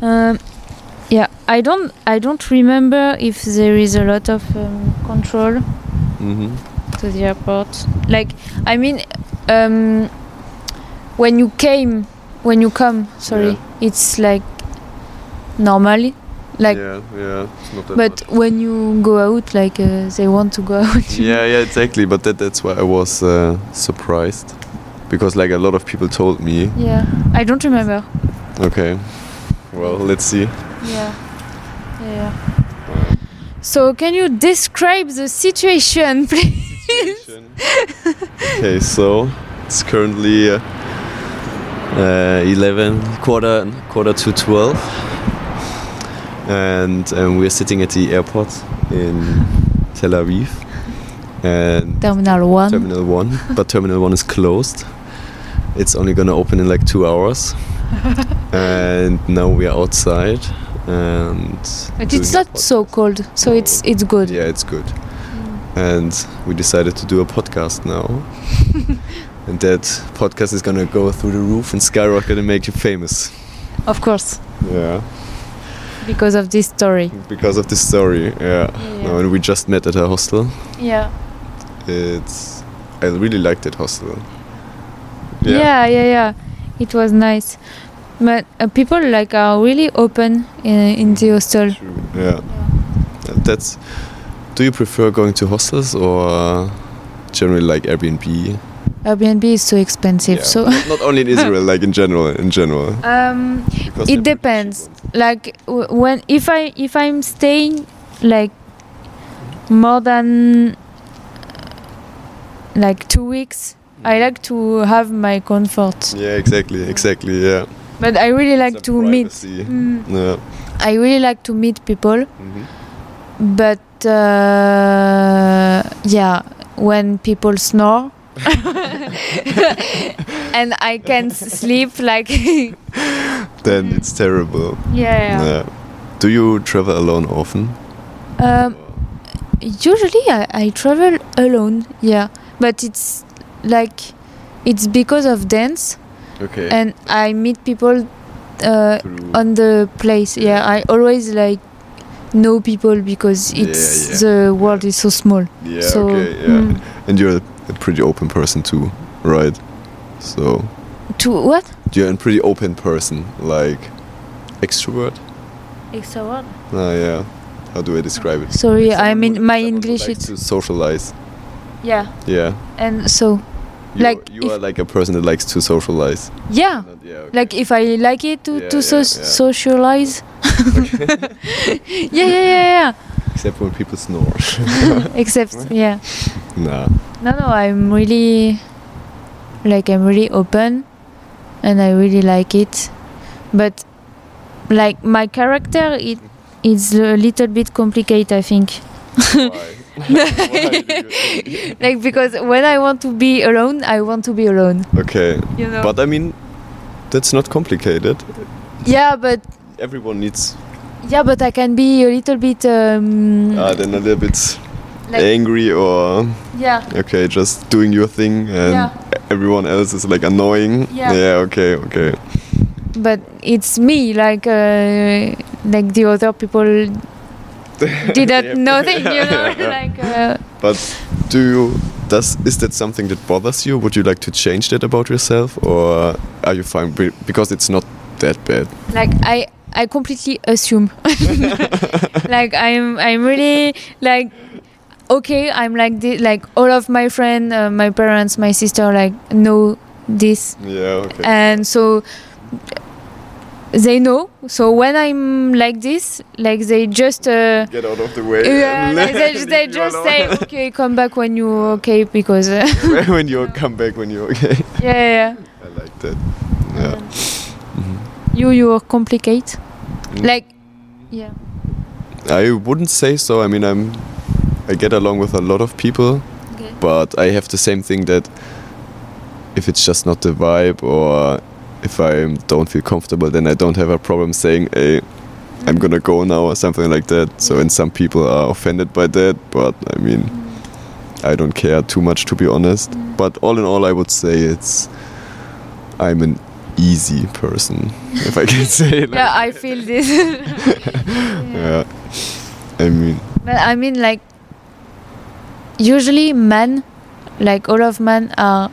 Um, yeah, I don't I don't remember if there is a lot of um, control hmm to the airport. Like I mean, um, when you came, when you come, sorry, it's like normally, like. yeah, yeah, it's not that But when you go out, like uh, they want to go out. much. yeah, yeah, exactly. But that, that's why I was uh, surprised because like a lot of people told me. Yeah, I don't remember. Okay, well, let's see. Yeah. Yeah. So, can you describe the situation, please? okay, so it's currently uh, Uh, 11, quarter, quarter to 12. and um, we're sitting at the airport in Tel Aviv and Terminal 1. Terminal One, but Terminal One is closed. It's only gonna open in like two hours, and now we are outside and. but doing it's a not so podcast. cold, so it's it's good. Yeah, it's good. Mm. And we decided to do a podcast now. and that podcast is gonna go through the roof and skyrocket and make you famous. Of course, Yeah. because of this story. Because of this story, yeah. No, and we just met at a hostel. Yeah. It's. I really liked that hostel. Yeah, yeah, yeah. It was nice. But uh, people like are really open in, in the hostel. True. Yeah. And That's. Do you prefer going to hostels or generally like Airbnb? Airbnb is so expensive, Yeah. so Not- not only in Israel, like in general, in general. um, Because it they're pretty cheap depends ones. like w- when if i if i'm staying like more than like two weeks i like to have my comfort Mm. Yeah, exactly, exactly. Yeah. but i really like to Some meet privacy. Mm, Yeah. i really like to meet people Mhm. but uh, yeah when people snore and i can sleep like yeah, Then it's terrible. Mm-hmm. yeah. Do you travel alone often? Um, usually I, I travel alone yeah but it's like it's because of dance okay. and i meet people uh, Through- on the place yeah i always like know people because Yeah, it's yeah. the world is so small yeah, so okay, yeah. mm, And you're a pretty open person too, right? So to what you're a pretty open person, like extrovert. extrovert Ah, yeah. How do I describe it? sorry i Someone mean would- my someone would english like is to socialize. yeah Yeah. and so You, Like, you if- are like a person that likes to socialize. yeah Not- yeah, okay. like if i like it to, Yeah, to yeah, so- yeah. socialize yeah yeah yeah except when people snore. yeah except yeah nah. No, no, I'm really like I'm really open and I really like it. But like my character it is a little bit complicated, I think. Why? Why do you- Like because when I want to be alone, I want to be alone. okay. You know. But I mean, that's not complicated. yeah, but Everyone needs yeah, but I can be a little bit um uh, then a little bit like angry or yeah. okay, just doing your thing and Yeah. everyone else is like annoying. Yeah. okay, okay. But it's me like uh, like the other people Yep. didn't know nothing, you know, Yeah. like uh, But do you does is that something that bothers you? Would you like to change that about yourself or are you fine be- because it's not that bad? like i i completely assume like i'm i'm really like okay i'm like this like all of my friend uh, my parents my sister like know this Yeah, okay. and so they know so when i'm like this like they just uh, Get out of the way. yeah, and like they, leave they you just alone. say okay come back when you okay because uh, when you come back when you're okay. yeah, yeah yeah. I like that. Yeah. Mm-hmm. you you are complicate Mm. like yeah I wouldn't say so. I mean, I'm I get along with a lot of people, okay but I have the same thing that if it's just not the vibe or if I don't feel comfortable, then I don't have a problem saying, "Hey, I'm gonna go now" or something like that. So, and some people are offended by that, but I mean, I don't care too much to be honest. But all in all, I would say it's I'm an easy person, if I can say. Like, yeah, I feel this. yeah. I mean, But I mean, like, usually men, like all of men, are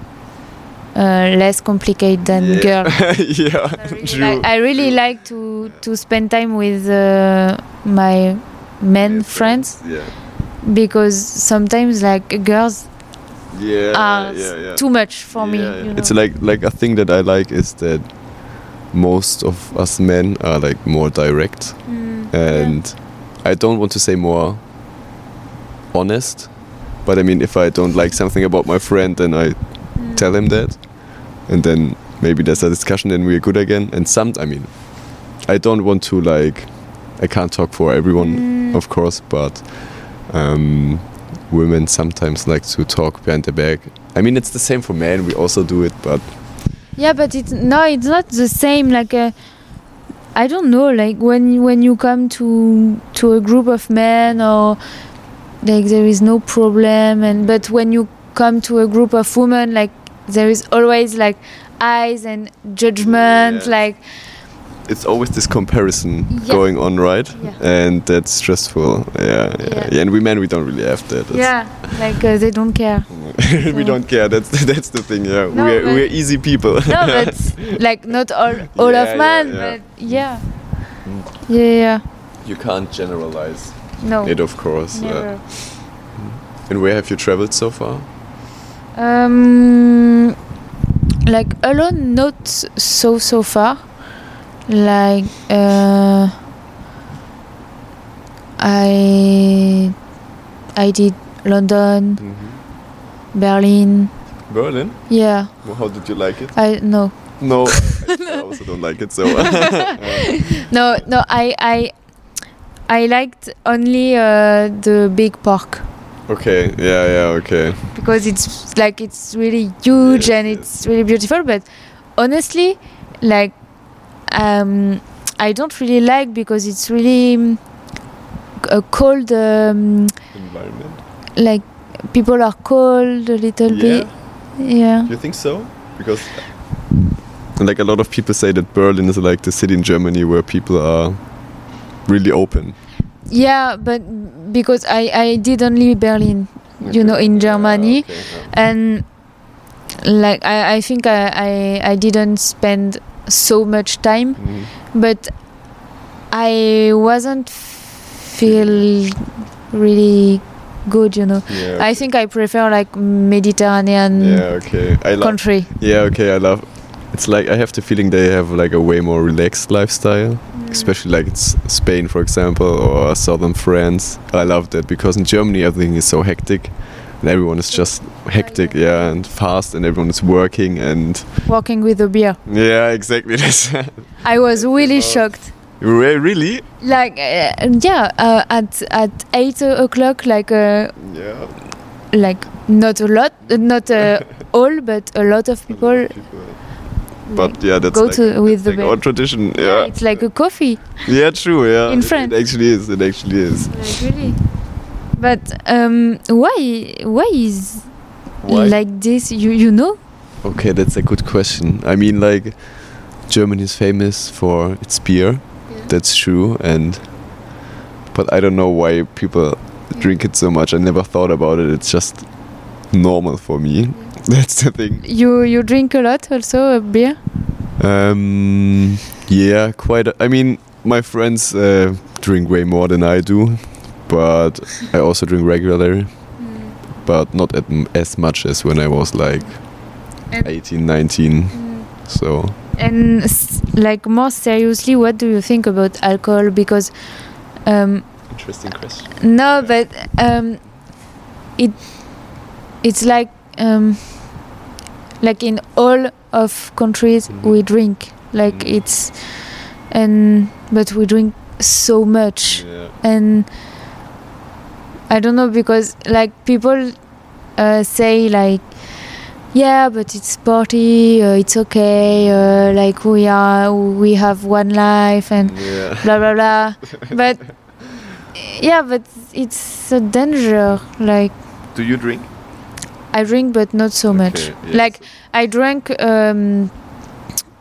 uh, less complicated than yeah. girls. yeah, I really, true. like, I really like to to spend time with uh, my men friends Yeah. because sometimes like girls Yeah. are s- yeah, yeah. too much for me. Yeah, yeah. You know? It's like like a thing that I like is that most of us men are like more direct, Mm, and I don't want to say more honest, but I mean if I don't like something about my friend, then I yeah. Mm. tell him that, and then maybe there's a discussion, and we're good again. And some, I mean, I don't want to like, I can't talk for everyone, Mm. of course, but um, women sometimes like to talk behind the back. I mean, it's the same for men. We also do it, but Yeah, but it's no, it's not the same. Like I I don't know. Like when when you come to to a group of men, or like there is no problem. And but when you come to a group of women, like there is always like eyes and judgment. Yeah. Like it's always this comparison Yeah. going on, right? Yeah. And that's stressful. Yeah, yeah, Yeah. yeah. And we men, we don't really have that. That's- yeah, like uh, they don't care. we don't care. That's that's the thing. Yeah, No, we're but- we're easy people. No, but like not all all Yeah, of yeah, men. yeah. Mm. But yeah, yeah, yeah. you can't generalize No, it, uh, of course. yeah. Oh. never. And where have you traveled so far? Um, like alone, not so so far. Like uh, I I did London, Berlin. Mm-hmm. Berlin. Yeah, Well, how did you like it? I no No, I, I also don't like it. So no no I I I liked only uh, the big park okay, yeah, yeah, okay. because it's like it's really huge Yes, and yes. it's really beautiful but honestly like um i don't really like because it's really mm, a cold um, Environment. like people are cold a little bit yeah you think so? Because like a lot of people say that Berlin is like the city in Germany where people are really open. yeah but because i i did only berlin You know, in Germany, Ah, okay, yeah. and like i i think i i, I didn't spend so much time Mhm. but I wasn't feel really good, you know. Yeah, I okay. think I prefer like Mediterranean Yeah. Okay. I love. country. Yeah. Okay. I love. It's like I have the feeling they have like a way more relaxed lifestyle. Mm. especially like it's Spain, for example, or southern France. I love that because in Germany everything is so hectic, and everyone is just hectic, yeah. yeah, and fast, and everyone is working, and Working with a beer, yeah, exactly. That's I was Yeah, really well- shocked. Re- really, Like uh, yeah, uh, at at eight o'clock, like uh, yeah. like not a lot, uh, not uh, all, but a lot of people But yeah, that's go like to with the like beer. our tradition. Yeah, It's like a coffee. yeah, true. Yeah, In It- France. it actually is. It actually is. Like really. But um, why why is Why? like this? You you know? Okay, that's a good question. I mean, like, Germany is famous for its beer. That's true, and but I don't know why people drink it so much. I never thought about it. It's just normal for me. That's the thing. You you drink a lot also uh, beer. Um, yeah, quite. A, I mean, my friends uh, drink way more than I do, but I also drink regularly, Mm, but not at m- as much as when I was like And- 18, 19. So. mm. And s- like more seriously, what do you think about alcohol? Because um, Interesting question. no, but um, it it's like um, like in all of countries Mhm. we drink. Like Mhm. it's and but we drink so much. Yeah. and I don't know because like people uh, say like yeah but it's sporty uh, it's okay uh, like we are we have one life and yeah. blah blah blah but yeah but it's a danger like Do you drink? I drink but not so much Okay, yes. like I drank um,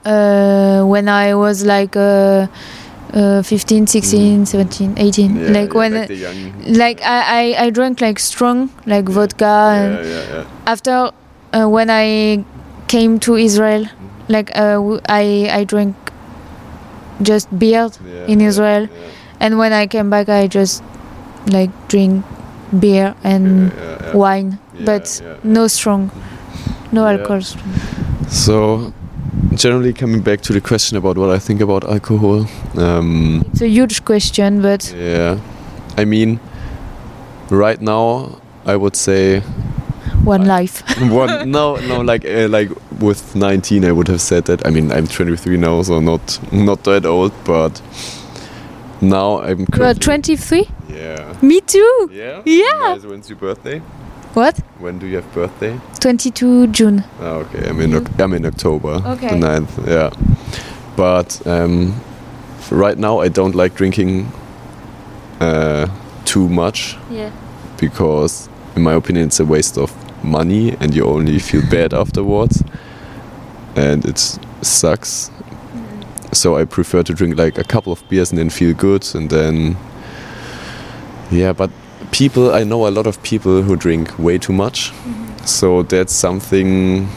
uh, when I was like uh, uh, 15, 16, 17, 18. Mm. Yeah, like yeah, when, the young- like uh, I, I, I drank like strong, like vodka. And yeah, yeah, yeah. after uh, when I came to Israel, Mm-hmm. like uh, w- I, I drank just beer, Yeah, in yeah, Israel, yeah, and when I came back, I just like drink beer and yeah, yeah, yeah. wine, Yeah, but yeah, yeah. no strong, no Yeah. alcohol. So, generally coming back to the question about what I think about alcohol. Um, It's a huge question, but yeah, I mean, right now I would say one life. one. No, no, like uh, like with 19, I would have said that. I mean, I'm 23 now, so not not that old, but now I'm. you are currently- 23? Yeah. Me too. Yeah. Yeah. Nice. When's your birthday? What? When do you have birthday? 22 June. Ah, okay, I'm in Oc- I'm in October. The Okay. 9th, yeah. But um, right now I don't like drinking uh, too much Yeah. because, in my opinion, it's a waste of money, and you only feel bad afterwards, and it sucks. Mm. So I prefer to drink like a couple of beers and then feel good, and then yeah. But people, I know a lot of people who drink way too much, so that's something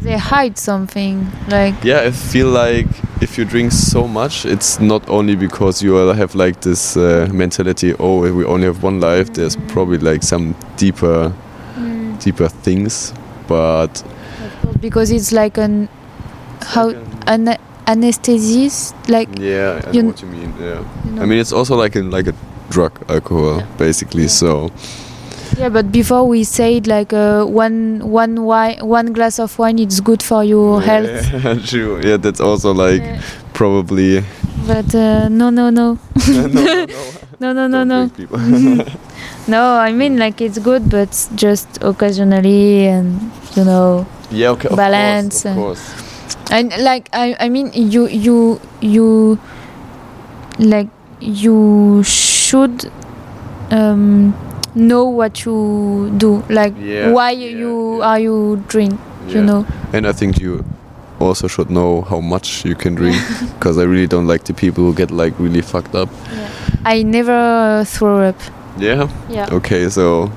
They hide something. Like, yeah, I feel like if you drink so much, it's not only because you all have like this uh, mentality. Oh, we only have one life. There's probably like some deeper, deeper things. But because it's like an. How. like an anesthesis? Like. yeah, I You kn- know what you mean. Yeah, you know. I mean it's also like in like a drug, alcohol, basically. So Yeah, but before we said like uh, one one wine, one glass of wine, it's good for your health. Yeah, true. Yeah, that's also like Yeah. probably. But uh, no, no, no, no, no, no. no, no, no, Don't no. drink, people. No, I mean like it's good, but just occasionally, and you know, yeah, okay. Of Balance uh, Course, of and- course. and like I, I mean you, you, you, like you should um, know what you do, like Yeah, why yeah, you yeah. are you drink, you Yeah. know. And I think you also should know how much you can drink because I really don't like the people who get like really fucked up. I never uh, throw up. Yeah. Yeah. Okay, so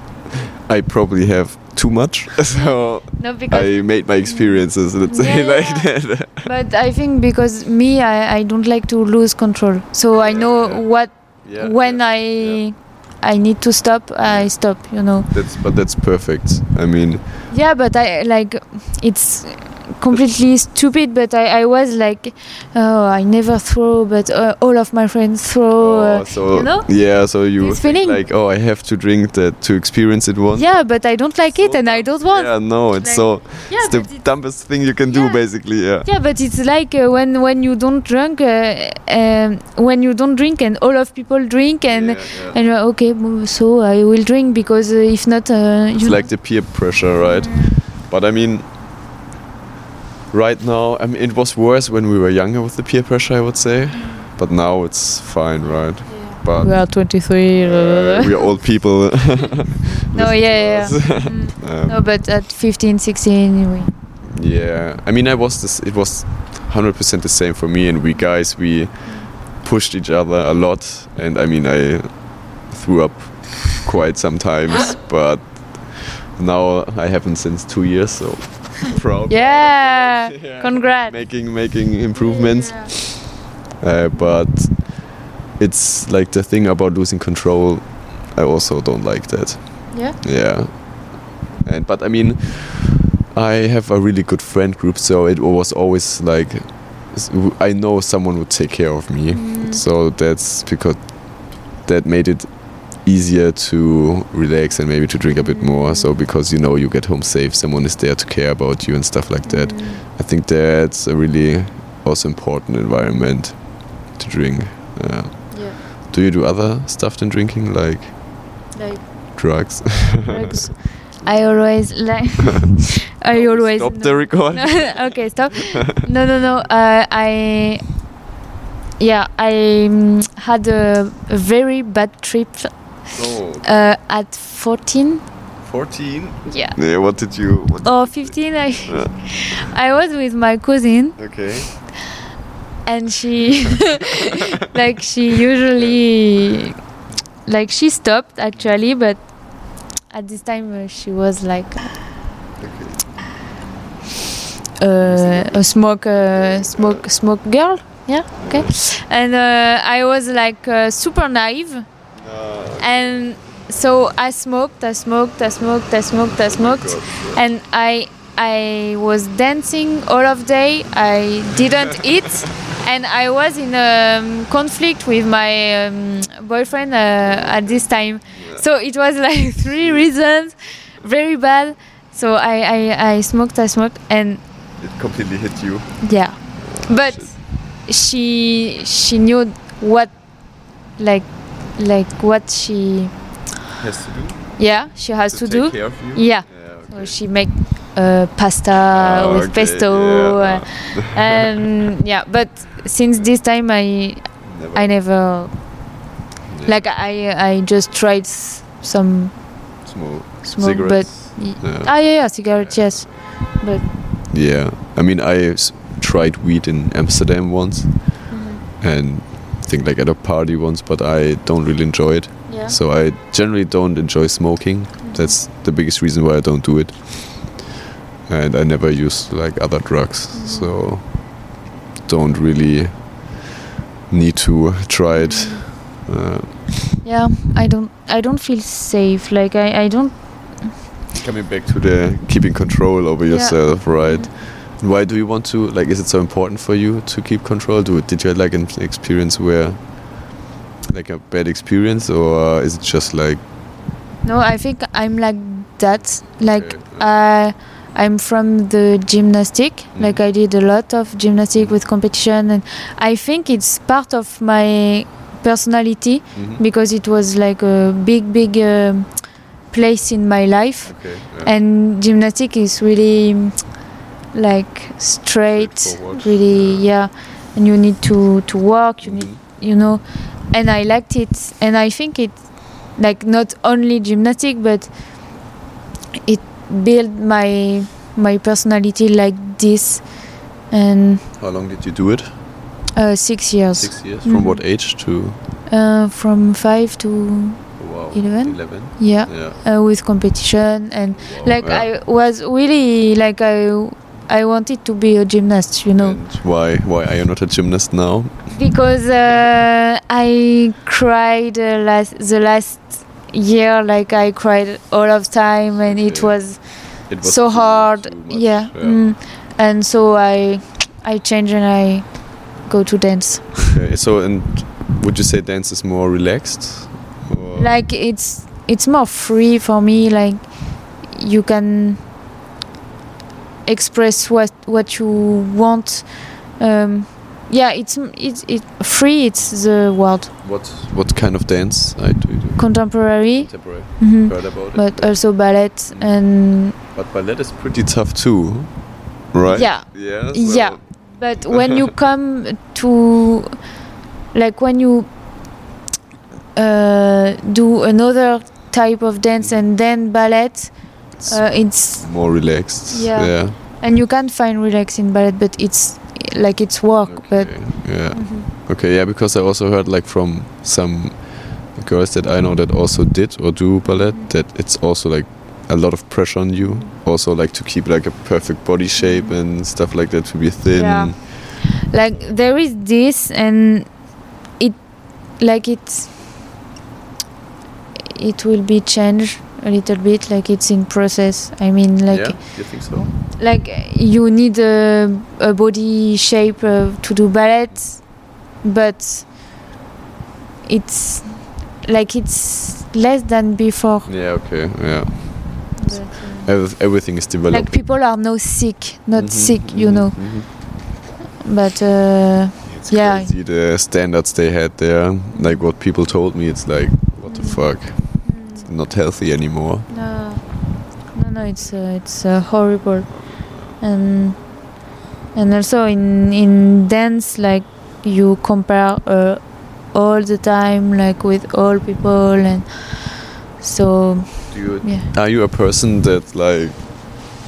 I probably have too much. So No, because I made my experiences, let's say Yeah, like yeah. that. but I think because me, I, I don't like to lose control. So I Yeah, know yeah. what yeah. when I I need to stop, I stop. You know. That's but that's perfect. I mean, Yeah, but I like it's completely stupid. But I, I was like, oh, I never throw, but uh, all of my friends throw. oh, uh, so you know? yeah, so you This think feeling. like oh, I have to drink that to experience it once. yeah, but I don't like it, So and I dumb. don't want. Yeah, no, it's Like- so Yeah, it's the but it- dumbest thing you can do, Yeah. basically. Yeah. Yeah, but it's like uh, when when you don't drink, uh, um, when you don't drink, and all of people drink, and Yeah, yeah. and uh, okay, mm, so I will drink because uh, if not, uh, It's you like the peer pressure, right? But I mean, right now, I mean, it was worse when we were younger with the peer pressure, I would say. But now it's fine, right? we But are 23. uh, we're old people. no, yeah, yeah. yeah. Mm. Um, no, but at 15, 16, anyway. yeah, I mean, I was this. It was 100% the same for me, and we guys we pushed each other a lot, and I mean, I threw up quite sometimes, but now I haven't since two years, so proud. Yeah, Yeah. congrats. making making improvements. Yeah. Uh, but it's like the thing about losing control. I also don't like that. Yeah? Yeah. And but I mean, I have a really good friend group, so it was always like s- w- I know someone would take care of Mm-hmm. me. Mm. So that's because that made it easier to relax and maybe to drink a bit Mm-hmm. more. So because you know you get home safe, someone is there to care about you and stuff like that. I think that's a really also important environment to drink. Uh, Yeah. Do you do other stuff than drinking, like Like drugs? drugs. I always like. I Now we always. stop know. the recording. okay, stop. No, no, no. Uh, I. Yeah, I mm, had a, a very bad trip Oh, uh, at 14. 14. Yeah. Yeah, what did you? What Or 15, I, Yeah. I was with my cousin okay. and she, like, she usually, like, she stopped actually, but at this time uh, she was like Okay. uh, a smoke, uh, smoke, smoke girl. Yeah. Okay. And uh, I was like uh, super naive. Uh, And so I smoked, I smoked, I smoked, I smoked, I smoked, oh and I I was dancing all of day. I didn't eat, and I was in a um, conflict with my um, boyfriend uh, at this time. So it was like three reasons, very bad. So I, I I smoked, I smoked, and It completely hit you. yeah, but she she knew what like like what she Has to do. yeah she has to, do Care of you? yeah so okay. she make uh, pasta Ah, with okay, pesto yeah. Ah, uh, and yeah but since this time i Never. i never Yeah. like i i just tried s- some smoke. smoke Cigarettes. but y- Yeah. ah yeah, yeah cigarette yes but Yeah, I mean, I s- tried weed in Amsterdam once, and I think like at a party once, but I don't really enjoy it. yeah So I generally don't enjoy smoking. That's the biggest reason why I don't do it. And I never use like other drugs, so don't really need to try it. Uh, yeah i don't i don't feel safe like i i don't coming back to the keeping control over Yeah. yourself right why do you want to like is it so important for you to keep control do did you have like an experience where like a bad experience or is it just like No, I think I'm like that. Like uh, Okay. I, I'm from the gymnastic. Like I did a lot of gymnastic with competition, and I think it's part of my personality Mm-hmm. because it was like a big, big um place in my life. okay And gymnastic is really mm, like straight, Straightforward. really yeah. And you need to to work. You need Mm-hmm. you know and i liked it and i think it like not only gymnastic but it built my my personality like this and how long did you do it uh, six years six years Mhm. from what age to Uh, from five to wow, Eleven? 11 yeah yeah uh, with competition and like yeah. i was really like i i wanted to be a gymnast you know and why why are you not a gymnast now because uh, I cried uh, last, the last year, like I cried all of time, and it Okay. was, it so too- hard. too much, yeah, Mm. and so I, I change and I go to dance. Okay, so and would you say dance is more relaxed or Like it's it's more free for me. Like you can express what what you want. Um, yeah, it's it's it free. It's the word what what kind of dance I do you do contemporary. Contemporary. Mhm. Heard about it. but also ballet and But ballet is pretty tough too, right? yeah Yeah. Yeah. but when you come to like when you uh, do another type of dance and then ballet It's uh, it's more relaxed. Yeah. and you can find relax in ballet but it's like it's work but Mhm. Okay, yeah. Okay. Yeah. Because I also heard like from some girls that I know that also did or do ballet that it's also like a lot of pressure on you. Also like to keep like a perfect body shape and stuff like that to be thin. Yeah. like there is this and it like it's it will be changed a little bit like it's in process i mean like yeah. You think so? like you need a, a body shape uh, to do ballet but it's like it's less than before Yeah. Okay. Yeah. Ev- everything is developed. like people are no sick not Mhm, sick you mhm, know mhm. but uh, It's Yeah. crazy the standards they had there. Like what people told me, it's like what the fuck, it's not healthy anymore. no no no it's uh, it's uh, horrible and and also in in dance like you compare uh, all the time like with all people and so Do Do you, Yeah. Are you a person that like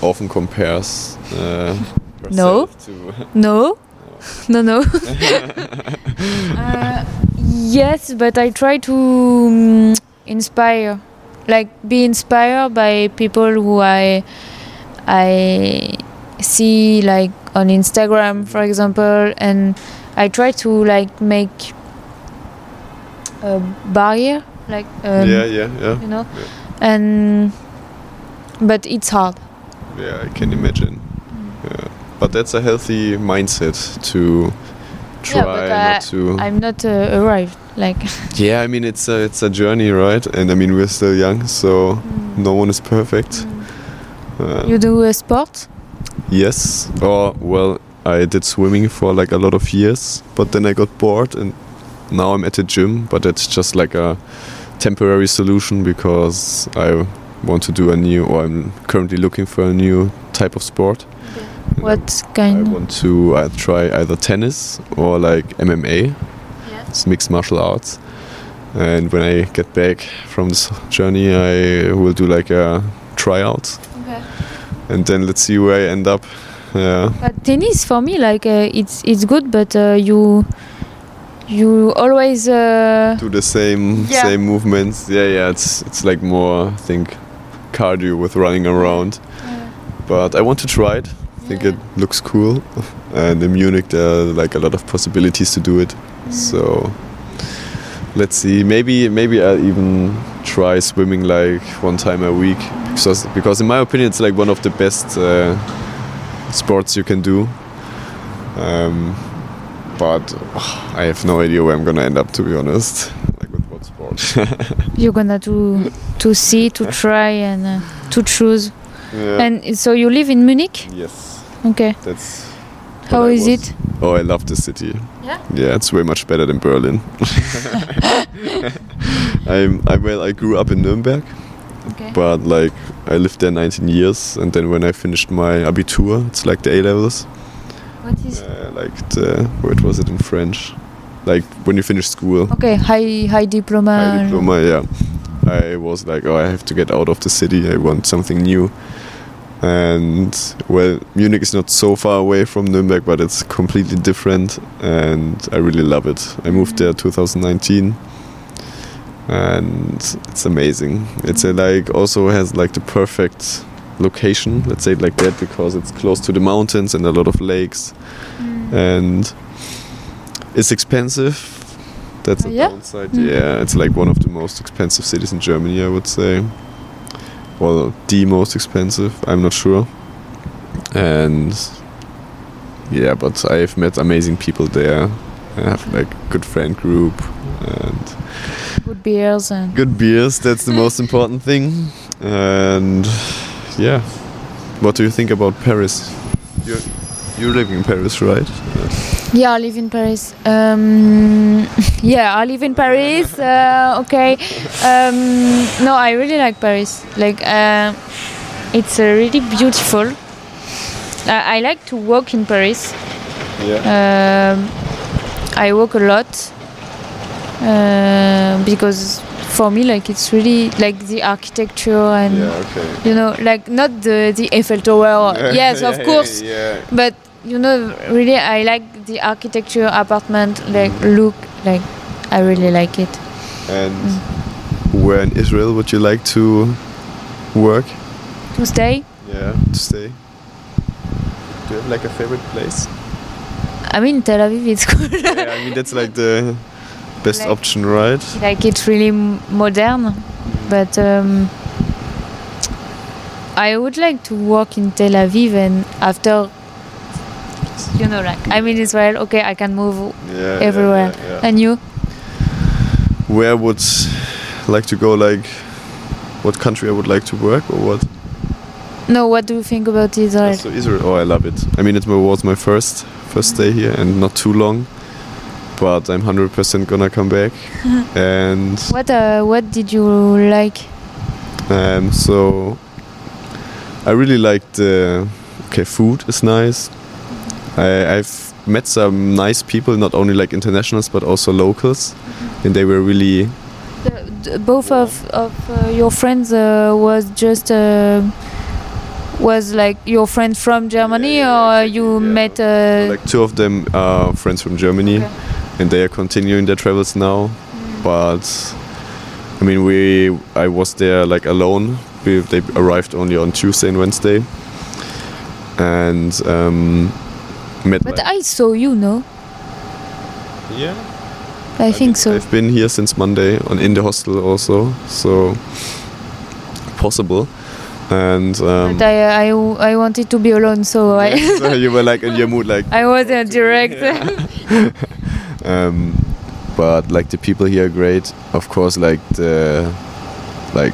often compares uh, No. herself to No, no, no. uh, yes, but I try to mm, inspire, like be inspired by people who I I see like on Instagram, for example, and I try to like make a barrier, like um, yeah, yeah, yeah, you know, and but it's hard. yeah. I can imagine. Yeah. But that's a healthy mindset to try Yeah, but not to. I'm not uh, arrived, like. yeah, I mean it's a it's a journey, right? And I mean we're still young, so no one is perfect. Mm. Uh, You do a sport? Yes. Or well, I did swimming for like a lot of years, but then I got bored and now I'm at a gym, but it's just like a temporary solution because I want to do a new or I'm currently looking for a new type of sport. And What I, kind? I want to uh, try either tennis or like MMA. It's mixed martial arts. And when I get back from this journey, I will do like a tryout Okay. and then let's see where I end up. Yeah. But tennis for me, like uh, it's it's good, but uh, you you always uh, do the same Yeah. same movements. Yeah, yeah. It's it's like more I think cardio with running around. But I want to try it. I think Yeah. it looks cool. And in Munich there are like a lot of possibilities to do it. So let's see. Maybe maybe I'll even try swimming like one time a week. Because because in my opinion it's like one of the best uh, sports you can do. Um, but ugh, I have no idea where I'm gonna end up to be honest. Like with what sport. you're gonna to to see, to try, and uh, to choose. yeah. And so you live in Munich? yes, Okay. that's. what How I is was- it? Oh, I love the city. Yeah? Yeah, it's way much better than Berlin. I'm, I well, I grew up in Nuremberg, Okay. but like I lived there 19 years, and then when I finished my Abitur, it's like the A levels, What is? uh, like the what was it in French? Like when you finish school, Okay, high high diploma. my diploma, yeah. I was like, oh, I have to get out of the city. I want something new. And well, Munich is not so far away from Nuremberg, but it's completely different, and I really love it. I moved there 2019, and it's amazing. It's a, like also has like the perfect location, let's say it like that, because it's close to the mountains and a lot of lakes, Mm. and it's expensive. That's a Yeah? downside. Mm. Yeah, it's like one of the most expensive cities in Germany, I would say. Well, the most expensive. I'm not sure. And yeah, but I've met amazing people there. I have like good friend group and Good beers and. good beers. That's the most important thing. And yeah, what do you think about Paris? You're, you're living in Paris, right? Yeah, I live in Paris. Um, yeah, I live in Paris. Uh, okay. Um, no, I really like Paris. Like, uh, it's uh, really beautiful. Uh, I I like to walk in Paris. Yeah. Um, I walk a lot uh, because for me, like, it's really like the architecture and Yeah. Okay. you know, like not the the Eiffel Tower. Oh, yes, of course Yeah. but you know really i like the architecture apartment like look like i really like it And where in Israel would you like to work? to stay Yeah, to stay. Do you have like a favorite place? i mean tel aviv it's cool yeah, I mean that's like the best Like- option, right? like it's really m- modern but um, i would like to work in tel aviv and after you know like i'm in israel okay i can move Yeah. everywhere Yeah, yeah, yeah. and you Where would like to go? Like, what country I would like to work or what? no what do you think about israel So Israel. Oh, I love it. I mean, it was my first Mm. first day here and not too long, but I'm hundred percent gonna come back. and what uh, what did you like Um, so I really liked the okay food is nice. I, I've met some nice people, not only like internationals but also locals, and they were really The- d- both of of uh, your friends uh, was just uh, was like your friend from Germany, yeah, or exactly, you yeah. met? Uh, Like two of them are friends from Germany, Okay. and they are continuing their travels now. But I mean, we I was there like alone. We, they arrived only on Tuesday and Wednesday, and um, met. but like- I saw you, no? yeah, I, think so. I've been here since Monday, on in the hostel also, so possible. And um, but I, I w- I wanted to be alone, so I yeah, so you were like in your mood, like I wasn't direct. um, but like the people here are great of course like the like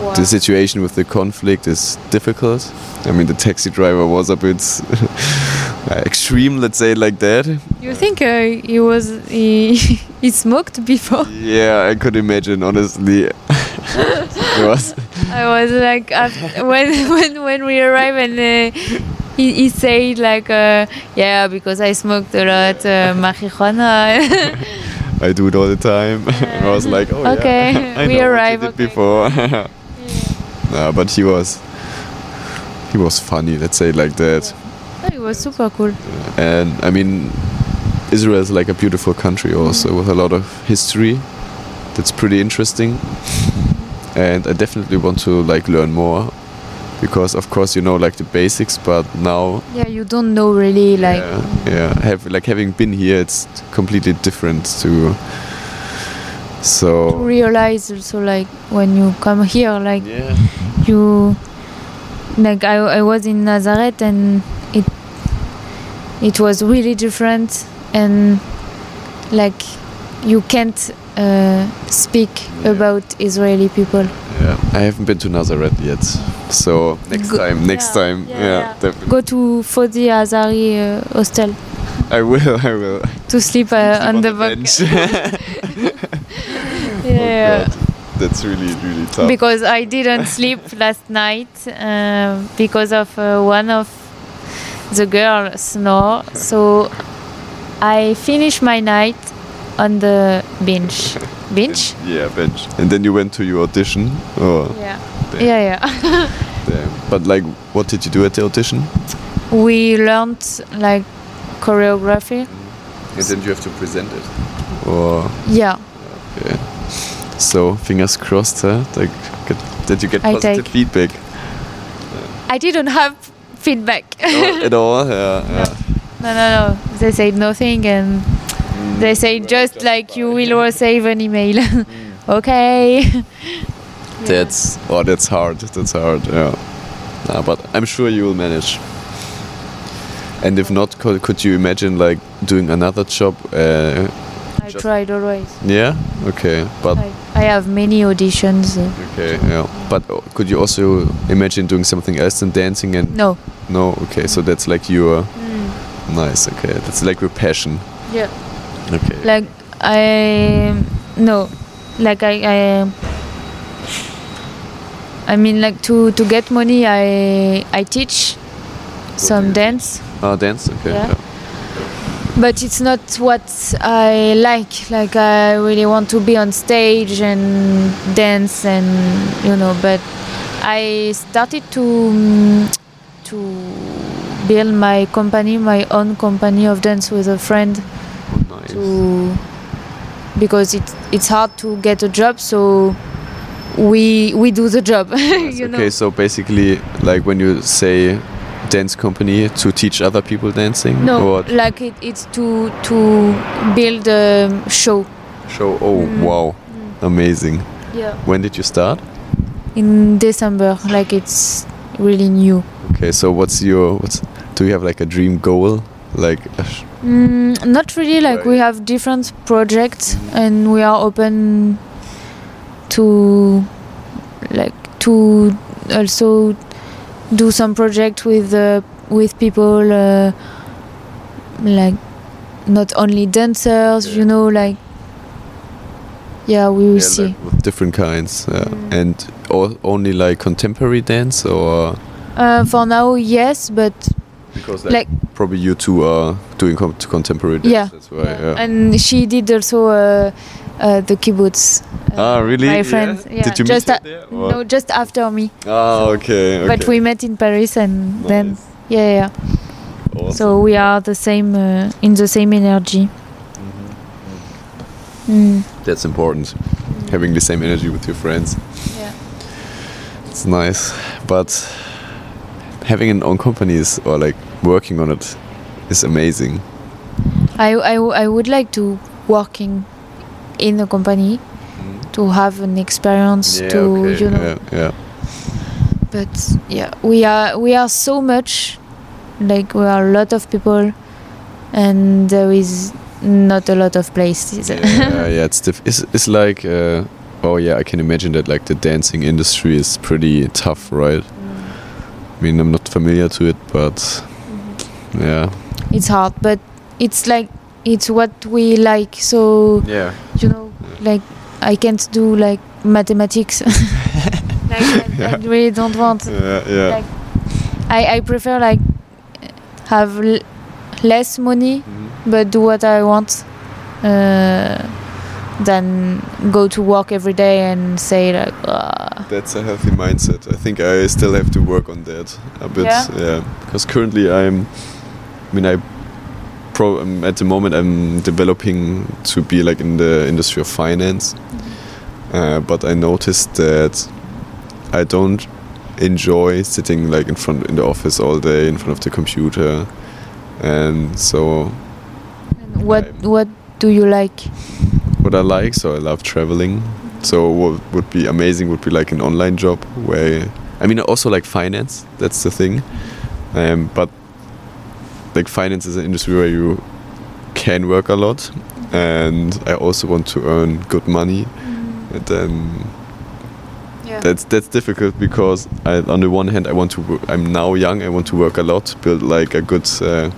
Wow. the situation with the conflict is difficult i mean the taxi driver was a bit uh, extreme let's say it like that You think uh, he was he, he smoked before? yeah i could imagine honestly it was I was like af- when when when we arrived and uh, he, he said like uh, yeah because I smoked a lot uh, marijuana. i do it all the time i was like oh yeah, Okay, we I know what you arrive, did okay. before Nah, but he was he was funny let's say it like that Oh, it was super cool. and I mean, Israel is like a beautiful country Mm-hmm. also with a lot of history. That's pretty interesting, and I definitely want to like learn more, because of course you know like the basics, but now Yeah, you don't know really like yeah, yeah, have like having been here, it's completely different to. to So realize also like when you come here like yeah, you like I, I was in Nazareth and it it was really different and like you can't uh, speak Yeah. about Israeli people. yeah, I haven't been to Nazareth yet, so next Go- time, next yeah, time, yeah, yeah, yeah. definitely, Go to Fodi Azari uh, hostel I will, I will. to sleep, uh, Sleep on, the, bench. Oh bank. yeah. God, That's really, really tough. because I didn't sleep last night uh, because of uh, one of the girl snore. So I finished my night on the bench. Bench? yeah, bench. And then you went to your audition. Oh, Yeah. Damn. Yeah, yeah. damn. But like, what did you do at the audition? We learned like choreography. And then you have to present it. Or Yeah. Oh, so, fingers crossed, huh? Like, get, did you get I positive take- feedback I didn't have feedback. at all? Yeah, yeah. no, no, no. They said nothing and they say Mm. just Mm. like you will receive an email. okay. Yeah. That's oh, that's hard. That's hard. Yeah. Nah, but I'm sure you will manage. And if not, could, could you imagine like doing another job? Uh, I Just- tried always. yeah. Okay. But I, I have many auditions. uh, Okay, yeah. But uh, could you also imagine doing something else than dancing and No. no, okay, so that's like your nice, okay. That's like your passion. Mm. Yeah. Okay. Like I no, like I I. I mean, like to to get money, I I teach do some you dance, oh dance, okay. Yeah. Yeah. but it's not what I like. Like I really want to be on stage and dance, and you know. But I started to mm, to build my company, my own company of dance with a friend. Oh, nice. to because it it's hard to get a job so we we do the job Nice. you okay, so basically like when you say dance company to teach other people dancing know no or like it, it's to to build a show show oh Mm. wow. Amazing. yeah When did you start? in december like it's really new Okay, so what's your what's do you have like a dream goal? Like a sh- Mm, not really. Like we have different projects, Mm-hmm. and we are open to like to also do some project with uh, with people uh, like not only dancers, you Yeah. know, like yeah, we will Yeah, see. Mm. like with different kinds yeah. and all, only like contemporary dance or uh, for now, yes, but because like probably you two are doing com- contemporary dance Yeah. that's why yeah, and she did also uh, uh, the kibbutz. ah, really? Uh, My friend, yeah. Did you just meet a- him there? or- no, just after me. Ah, okay, okay. But we met in Paris, and then Nice. yeah, yeah. Awesome. So we are the same uh, in the same energy. Mm-hmm. Mm. That's important. Having the same energy with your friends. Yeah. It's nice. But having an own company is, or like working on it, is amazing. I, I, w- I would like to working in a company to have an experience to you know Yeah, yeah. but yeah we are we are so much like we are a lot of people and there is not a lot of places yeah, yeah, it's diff- it's, it's like uh, oh yeah, I can imagine that like the dancing industry is pretty tough, right? I mean, I'm not familiar to it, but Mm-hmm. yeah, it's hard but it's like it's what we like so yeah, you know like i can't do like mathematics like I, I really don't want yeah, yeah. Like- I, I prefer like have l- less money but do what I want uh, than go to work every day and say like "Ah." That's a healthy mindset. I think I still have to work on that a bit. Yeah? Because currently I'm, I mean, I, pro, um, at the moment I'm developing to be like in the industry of finance, uh, but I noticed that I don't enjoy sitting like in front in the office all day in front of the computer, and so what Right. what do you like? what I like. So I love traveling. mm-hmm. So what would be amazing would be like an online job where I mean I also like finance. That's the thing, um, but like finance is an industry where you can work a lot, and I also want to earn good money. And then Mm-hmm. Yeah. that's that's difficult because I, on the one hand I want to wo- I'm now young I want to work a lot build like a good uh,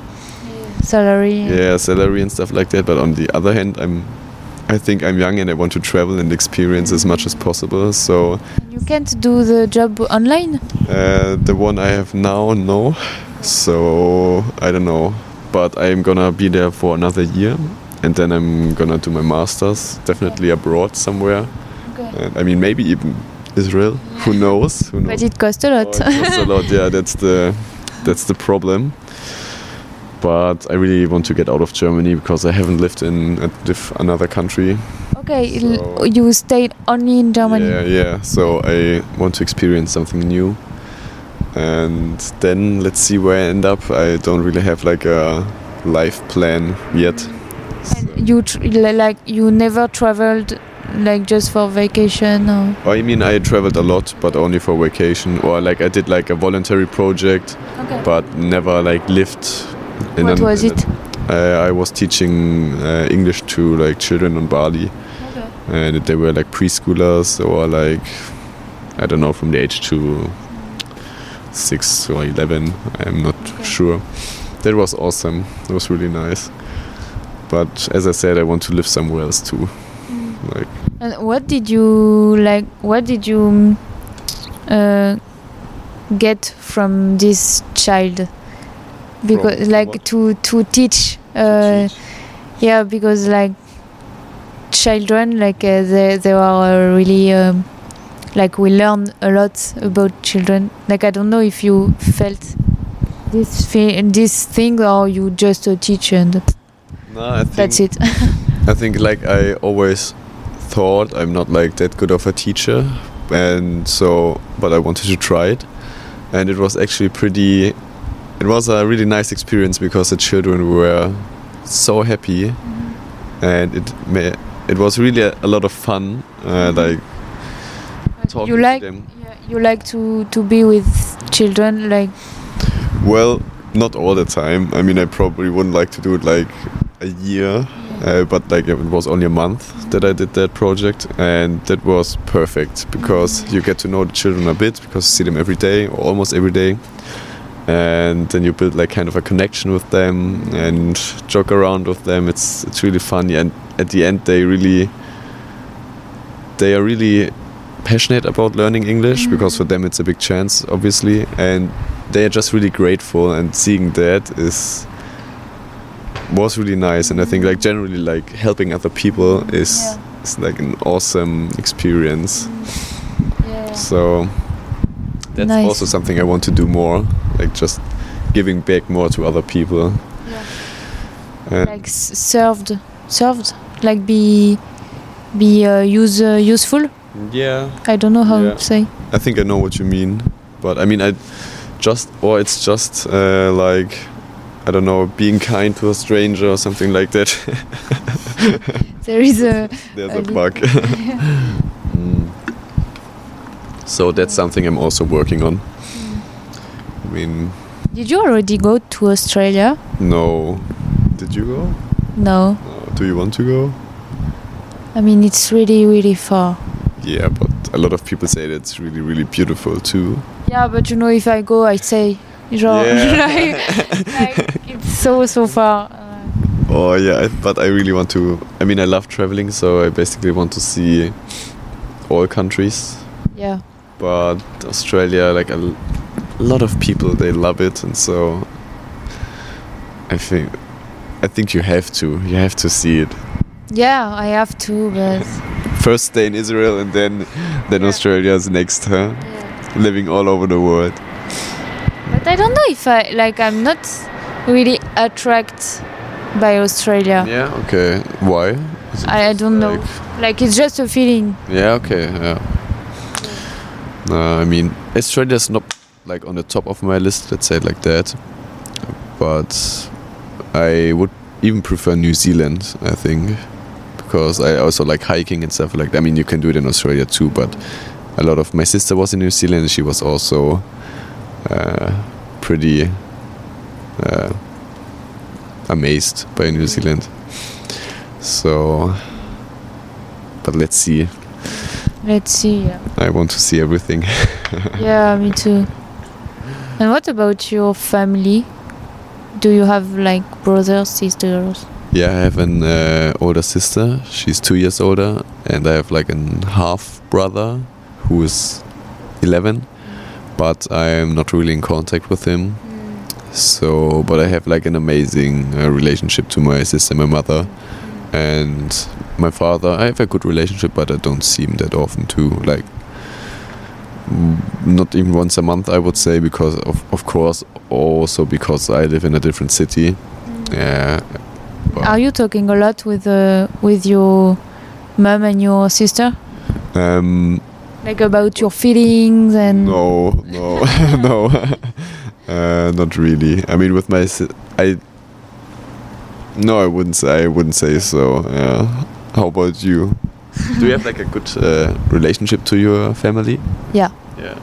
Salary. yeah salary and stuff like that but on the other hand i'm i think i'm young and i want to travel and experience as much as possible so You can't do the job online. uh, the one i have now no so i don't know but i'm gonna be there for another year and then i'm gonna do my masters definitely abroad somewhere and i mean maybe even israel who knows who knows But it costs a lot. Oh, it costs a lot. Yeah, that's the that's the problem. But I really want to get out of Germany because I haven't lived in a diff- another country. okay, l- So- you stayed only in Germany. Yeah, yeah. So I want to experience something new. And then let's see where I end up. I don't really have like a life plan yet. Mm-hmm. So- And you tr- li- like you never traveled like just for vacation or I mean, I traveled a lot, but only for vacation, or like I did like a voluntary project, Okay. but never like lived. In What an- was in a- it? I, I was teaching uh, English to like children on Bali, Okay. and they were like preschoolers or like I don't know from the age to six or eleven. I'm not Mm-hmm. Okay. sure. That was awesome. That was really nice. But as I said, I want to live somewhere else too. Mm-hmm. Like And what did you like? What did you mm, uh, get from this child? Because from like what? to to teach, uh, yeah, because like children, like uh, they they are uh, really um, like we learn a lot about children. Like I don't know if you felt this fe- this thing or you just a teacher and no, I think that's it. I think like I always thought I'm not like that good of a teacher and so but I wanted to try it and it was actually pretty it was a really nice experience because the children were so happy and it ma- it was really a, a lot of fun uh, like Mm-hmm. talking you like to them yeah, you like to to be with children like well not all the time I mean I probably wouldn't like to do it like a year uh, but like it was only a month that I did that project, and that was perfect because you get to know the children a bit because you see them every day or almost every day, and then you build like kind of a connection with them and joke around with them. It's it's really funny, and at the end they really they are really passionate about learning English because for them it's a big chance, obviously, and they are just really grateful. And seeing that is was really nice and i think like generally like helping other people is it's like an awesome experience. Yeah. So that's Nice. also something I want to do more, like just giving back more to other people. Mm-hmm. And Like s- served, served. Like be, be uh, use uh, useful. yeah, I don't know how Yeah. to say. I think I know what you mean, but I mean I just or it's just uh, like I don't know being kind to a stranger or something like that. There is a. There's A a bit. bug. Mm. So that's something I'm also working on. Mm. I mean, Did you already go to Australia? no. Did you go? No. No. Do you want to go? I mean, it's really, really far. Yeah, but a lot of people say that it's really, really beautiful too. Yeah, but you know, if I go, I say, genre, Yeah. like, like, it's so, so far. Uh, Oh yeah, I- but I really want to. I mean, I love traveling, so I basically want to see all countries. yeah. But Australia, like a l- lot of people, they love it, and so I think I think you have to. You have to see it. Yeah, I have to, but. First day in Israel, and then then Yeah. Australia's next, huh? Living all over the world. But I don't know if I. Like, I'm not really attracted by Australia. Yeah. Okay. Why? Is it I, I don't know. like- Like, it's just a feeling. Yeah, okay, yeah. No, I mean, Australia's not like on the top of my list, let's say it like that. But I would even prefer New Zealand, I think, because I also like hiking and stuff like that. I mean, you can do it in Australia too, but a lot of my sister was in New Zealand and she was also uh, pretty uh, amazed by New Zealand. So, but let's see. Let's see. Yeah, I want to see everything. yeah me too. And what about your family? Do you have, like, brothers, sisters? yeah, I have an uh, older sister. She's two years older, and I have like an half brother who is eleven, but I am not really in contact with him. Mm-hmm. So, but I have like an amazing uh, relationship to my sister, and my mother, and my father. I have a good relationship, but I don't see him that often too. Like. mm, Not even once a month, I would say, because of, of course, also because I live in a different city. Yeah, Are you talking a lot with uh, with your mom and your sister, Um, like about your feelings and? no, no, no, uh, not really. I mean, with my, si- I, no, I wouldn't say. I wouldn't say so. Yeah. How about you? Do you have like a good uh, relationship to your family? Yeah. Yeah.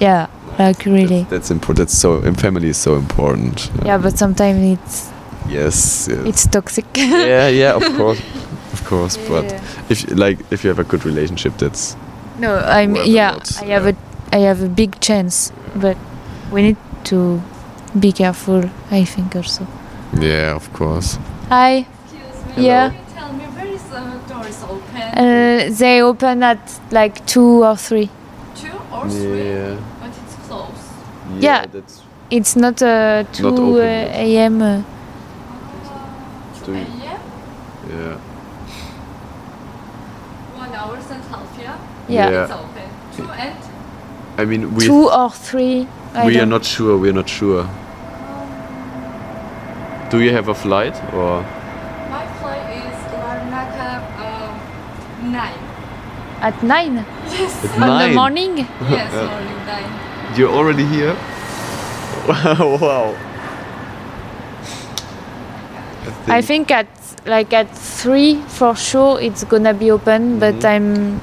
Yeah, like really. That's, that's important. That's so. And family is so important. Yeah, Um, but sometimes it's yes. yes. it's toxic. yeah, yeah. Of course, of course. But if like if you have a good relationship, that's no, I'm Whoever yeah. not, I have yeah. a I have a big chance, but we need to be careful. I think also. yeah, of course. Hi. Excuse me, Yeah. can Tell me where is the door is open? Uh, they open at like two or three. Two or three, but it's closed. Yeah. That's It's not uh, two open uh, yet. a.m. Uh, Two Do you- a.m. yeah. One hour and half, yeah. yeah. Yeah. It's open. Two and I mean, we two or three. I we are don't- not sure. We are not sure. Do you have a flight or? my flight is Larnaca um, nine. at nine Yes, At in the nine. morning. yes, morning nine. You're already here. wow. I think at like at three for sure it's gonna be open. But Mm-hmm. I'm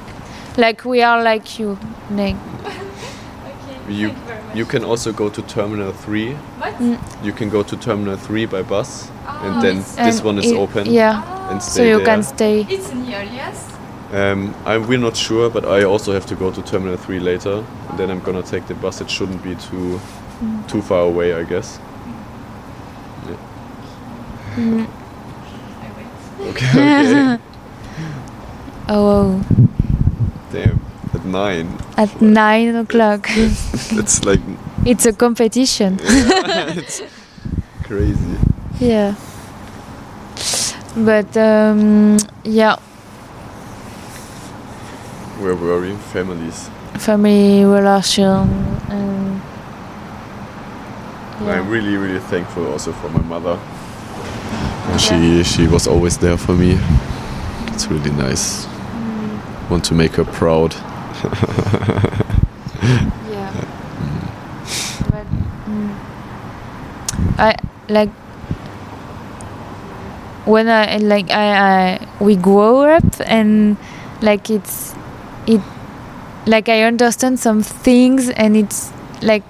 like we are like you, Nick. Okay. you thank you very much. you can also go to Terminal Three. What? You can go to Terminal Three by bus, Ah, and then it's- this And one is it- open. Yeah, Ah, And so stay you there. can stay. it's near, yes. Um, I, we're not sure, but I also have to go to Terminal 3 later. And then I'm gonna take the bus. It shouldn't be too too far away, I guess. Mm. I wait. Okay. okay. Oh, Damn. At nine. at nine o'clock. It's like it's a competition. crazy. Yeah. But um, yeah, We're worrying families. family relation and And I'm really, really thankful also for my mother. She she was always there for me. It's really nice. Mm. Want to make her proud. Yeah. But mm, I like when I like I, I we grow up and like it's it like I understand some things and it's like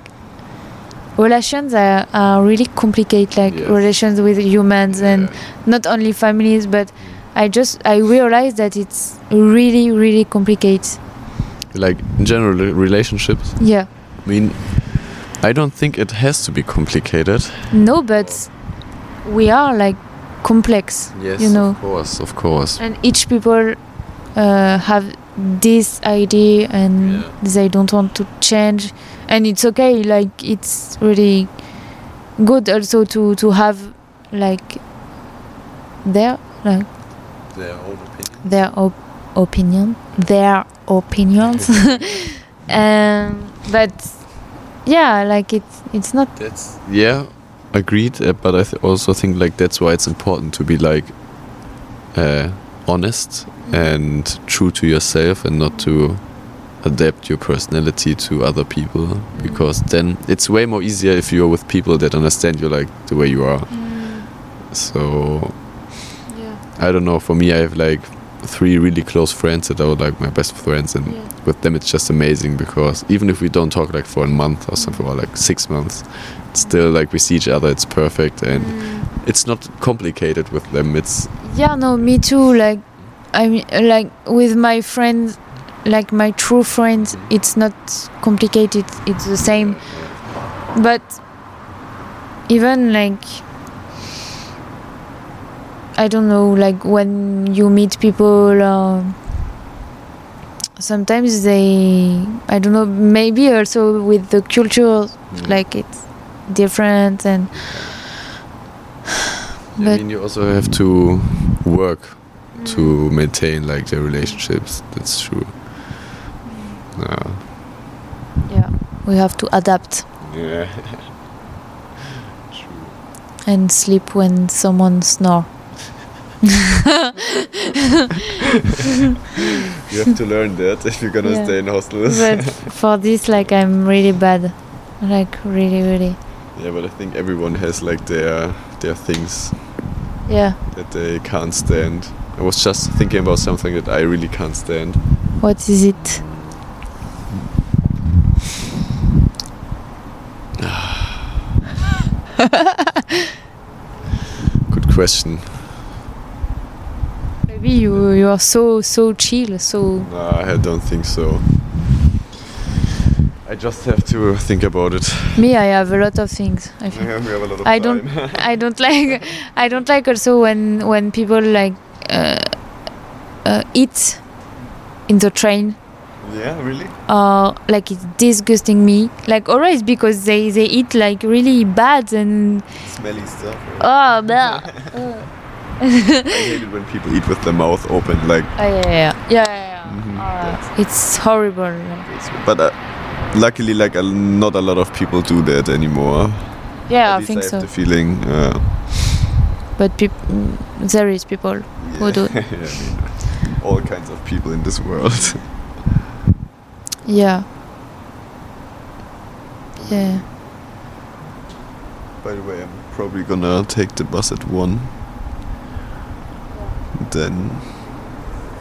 relations are, are really complicated like Yes. relations with humans and Yeah. not only families but I just I realize that it's really really complicated like in general re- relationships. yeah I mean, I don't think it has to be complicated. No, but we are like complex, Yes, you know, of course, of course. and each people uh, have this idea and Yeah. they don't want to change, and it's okay. Like it's really good also to to have like their like Their own opinion. their op- opinion, their opinions, and but yeah, like it's it's not That's yeah, agreed. Uh, but I th- also think like that's why it's important to be like uh, honest and true to yourself, and not to adapt your personality to other people. Because then it's way more easier if you're with people that understand you like the way you are. So yeah I don't know. For me, I have like three really close friends that are like my best friends, and Yeah. with them it's just amazing because even if we don't talk like for a month or something or like six months, it's still like we see each other. It's perfect, Mm. and it's not complicated with them. It's Yeah, no, me too. Like, I mean, like with my friends, like my true friends, it's not complicated. It's the same, but even like, I don't know, like when you meet people, uh, sometimes they, I don't know, maybe also with the culture, like it's different and I but- mean, you also have to work Mm. to maintain like the relationships. That's true. Mm. Yeah. yeah, we have to adapt. Yeah. and sleep when someone snore. You have to learn that if you're gonna Yeah. stay in hostels. but for this, like, I'm really bad. Like, really, really. yeah, but I think everyone has like their their things. Yeah. that they can't stand. I was just thinking about something that I really can't stand. What is it? Good question. Maybe you you are so so chill. So No, I don't think so. I just have to think about it. me, I have a lot of things. I we think. have a lot of I don't- time. I don't like I don't like also when when people like uh, uh, eat in the train yeah, really? or like it's disgusting me. Like always because they they eat like really bad and Smelly stuff. oh blah. I hate it when people eat with their mouth open, like. Oh, yeah, yeah, yeah. yeah, yeah, Mhm. yeah. Uh, it's horrible. this. But uh, luckily, like, a, not a lot of people do that anymore. Yeah, At I least think have so. The feeling. Uh, But peop- there is people who do. yeah, yeah. all kinds of people in this world. Yeah. Yeah. By the way, I'm probably gonna take the bus at one. Then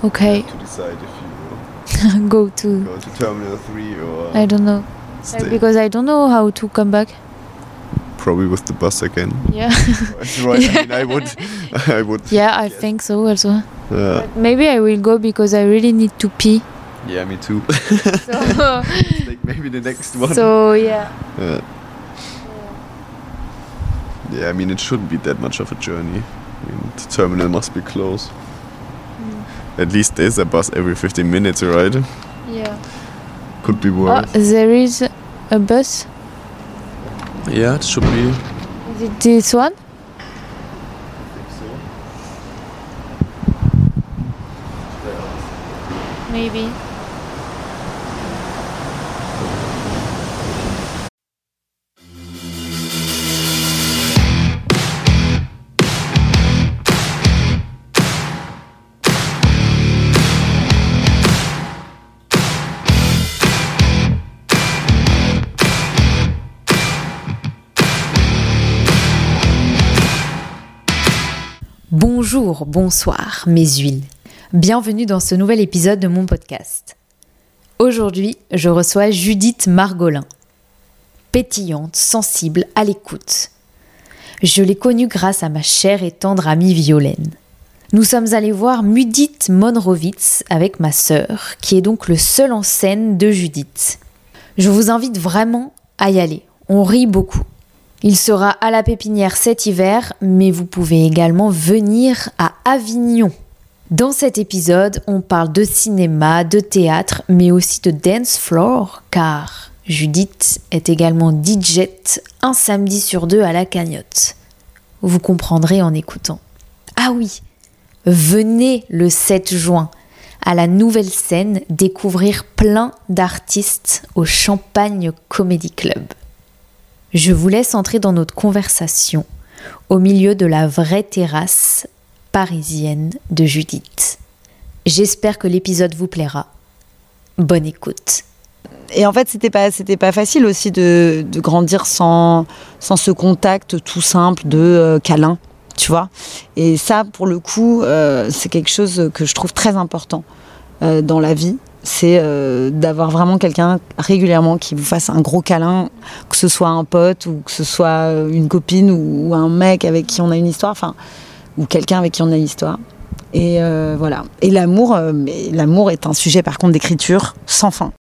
you Okay. have to decide if Go you to. go to terminal three or I don't know. Like, stay. because I don't know how to come back. probably with the bus again. Yeah. That's right. I mean, I would, I would. yeah, I Yes. think so also. Uh, But maybe I will go because I really need to pee. yeah, me too. So, like maybe the next one. so yeah. Uh, yeah, I mean it shouldn't be that much of a journey. I mean, the terminal must be close. Mm. At least there's a bus every 15 minutes, right? Yeah. Could be Oh, worse. there is a bus. Oh. Yeah, it should be. Is it this one? Maybe. Bonjour, bonsoir, mes huiles. Bienvenue dans ce nouvel épisode de mon podcast. Aujourd'hui, je reçois Judith Margolin. Pétillante, sensible, à l'écoute. Je l'ai connue grâce à ma chère et tendre amie Violaine. Nous sommes allés voir Mudith Monrovitz avec ma sœur, qui est donc le seul en scène de Judith. Je vous invite vraiment à y aller. On rit beaucoup. Il sera à la pépinière cet hiver, mais vous pouvez également venir à Avignon. Dans cet épisode, on parle de cinéma, de théâtre, mais aussi de dance floor, car Judith est également DJ un samedi sur deux à la cagnotte. Vous comprendrez en écoutant. Ah oui, venez le 7 juin à la nouvelle scène découvrir plein d'artistes au Champagne Comedy Club. Je vous laisse entrer dans notre conversation au milieu de la vraie terrasse parisienne de Judith. J'espère que l'épisode vous plaira. Bonne écoute. Et en fait, c'était pas, c'était pas facile aussi de, de grandir sans, sans ce contact tout simple de euh, câlin, tu vois. Et ça, pour le coup, euh, c'est quelque chose que je trouve très important euh, dans la vie. C'est euh, d'avoir vraiment quelqu'un régulièrement qui vous fasse un gros câlin, que ce soit un pote ou que ce soit euh, une copine ou, ou un mec avec qui on a une histoire, enfin, ou quelqu'un avec qui on a une histoire. Et euh, voilà. Et l'amour, euh, mais l'amour est un sujet par contre d'écriture sans fin.